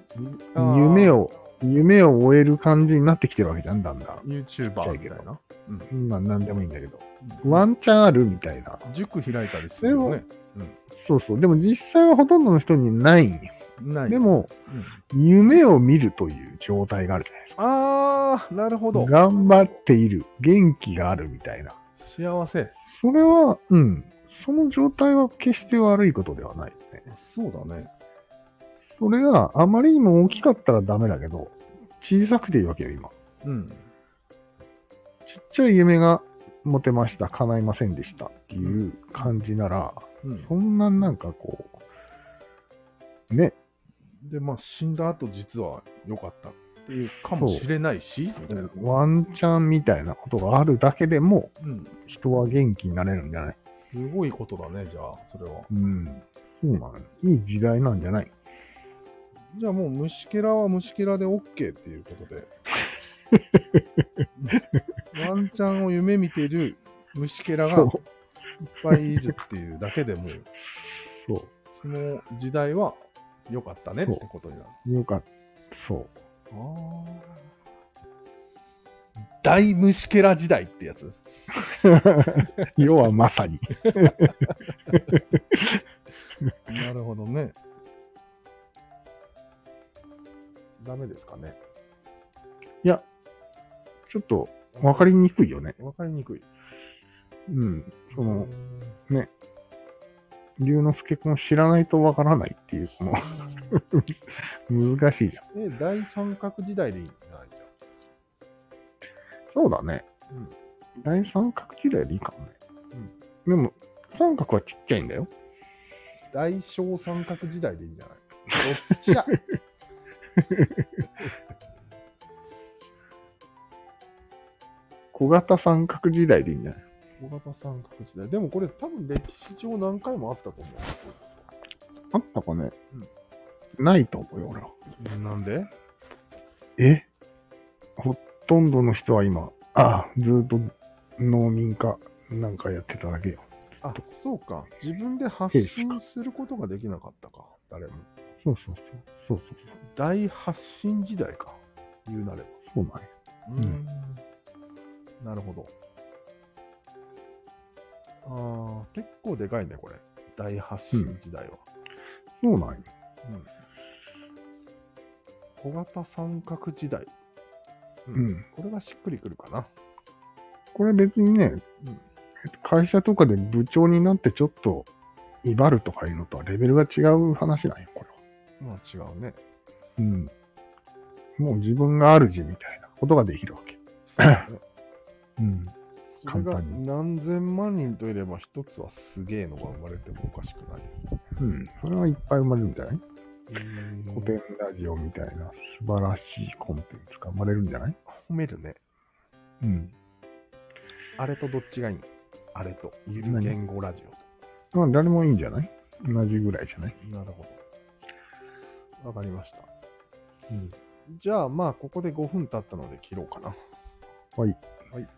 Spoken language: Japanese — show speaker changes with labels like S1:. S1: ー
S2: 夢を、夢を終える感じになってきてるわけじゃん、だんだん。
S1: YouTuber みたい
S2: ちっちゃいけ
S1: な。
S2: まあ、なんでもいいんだけど。
S1: うん
S2: ワンチャンあるみたいな。
S1: 塾開いたりするよね。
S2: そうそう。でも実際はほとんどの人にないんよ
S1: ない。
S2: で、も、
S1: うん、
S2: 夢を見るという状態があるじゃないですか。
S1: あー、なるほど。
S2: 頑張っている。元気があるみたいな。
S1: 幸せ。
S2: それは、うん。その状態は決して悪いことではないですね。
S1: そうだね。
S2: それがあまりにも大きかったらダメだけど、小さくていいわけよ、今。ち
S1: うん。
S2: っちゃい夢が持てました、叶いませんでしたっていう感じなら、
S1: うん
S2: そ、んななんかこう、ね、
S1: で、まあ、死んだ後、実は良かったっていうかもしれないし、みたいな。
S2: ワンチャンみたいなことがあるだけでも、
S1: うん。
S2: 人は元気になれるんじゃない
S1: すごいことだね、じゃあ、それは。
S2: うん。そうなの。いい時代なんじゃない
S1: じゃあもう虫けらは虫けらで OK っていうことで。 ワンちゃんを夢見てる虫けらがいっ
S2: そう。
S1: ぱいいるっていうだけでもう、
S2: そ
S1: その時代は良かったねってことになる。
S2: う。よかった。そう。
S1: 大虫けら時代ってやつ。
S2: 要はまさに。
S1: なるほどね。ダメですかね。
S2: ちょっと分かりにくいよね。
S1: わかりにくい。
S2: うん。その、龍之介君を知らないと分からないっていう、この、難しいじゃん。
S1: え、大三角時代でいいんじゃないじゃん。
S2: そうだね。
S1: うん
S2: 大三角時代でいいかもね。でも、三角はちっちゃいんだよ。
S1: 大小三角時代でいいんじゃないどっち や
S2: 小型三角時代でいいんじゃない
S1: 小型三角時代。でもこれ多分歴史上何回もあったと思
S2: あったかね、ないと思うよ、俺は。
S1: う。なんで
S2: えほとんどの人は今、ああ、ずーっと農民かなんかやってただけよ。
S1: あ、そうか。自分で発信することができなかったか。誰も。
S2: そうそうそう。そうそう
S1: 大発信時代か。言うなれば。
S2: そう。そうなんや。
S1: うーん。なるほど。ああ、結構でかいね、これ。大発信時代は。
S2: そうなんや。
S1: 小型三角時代。
S2: うん。
S1: これがしっくりくるかな。
S2: これ別にね、
S1: うん。
S2: 会社とかで部長になってちょっと威張るとかいうのとはレベルが違う話なんよ、これ
S1: ま
S2: は。
S1: あ違 うね。
S2: うん。もう自分が主みたいなことができるわけ。
S1: そうだね
S2: うん。
S1: それが
S2: 簡単
S1: 何千万人といれば一つはすげえのが生まれてもおかしくない。
S2: うん。それはいっぱい生まれるんじゃない古
S1: 褒
S2: 典ラジオみたいな素晴らしいコンテンツが生まれるんじゃない
S1: めるね。
S2: うん。
S1: あれとどっちがいいあれと。ゆる
S2: 何
S1: 言語ラジオ
S2: まあ誰もいいんじゃない同じぐらいじゃない
S1: と。なるほど。わかりました。
S2: うん。
S1: じゃあまあここで5分経ったので切ろうかな。
S2: はい。
S1: はい。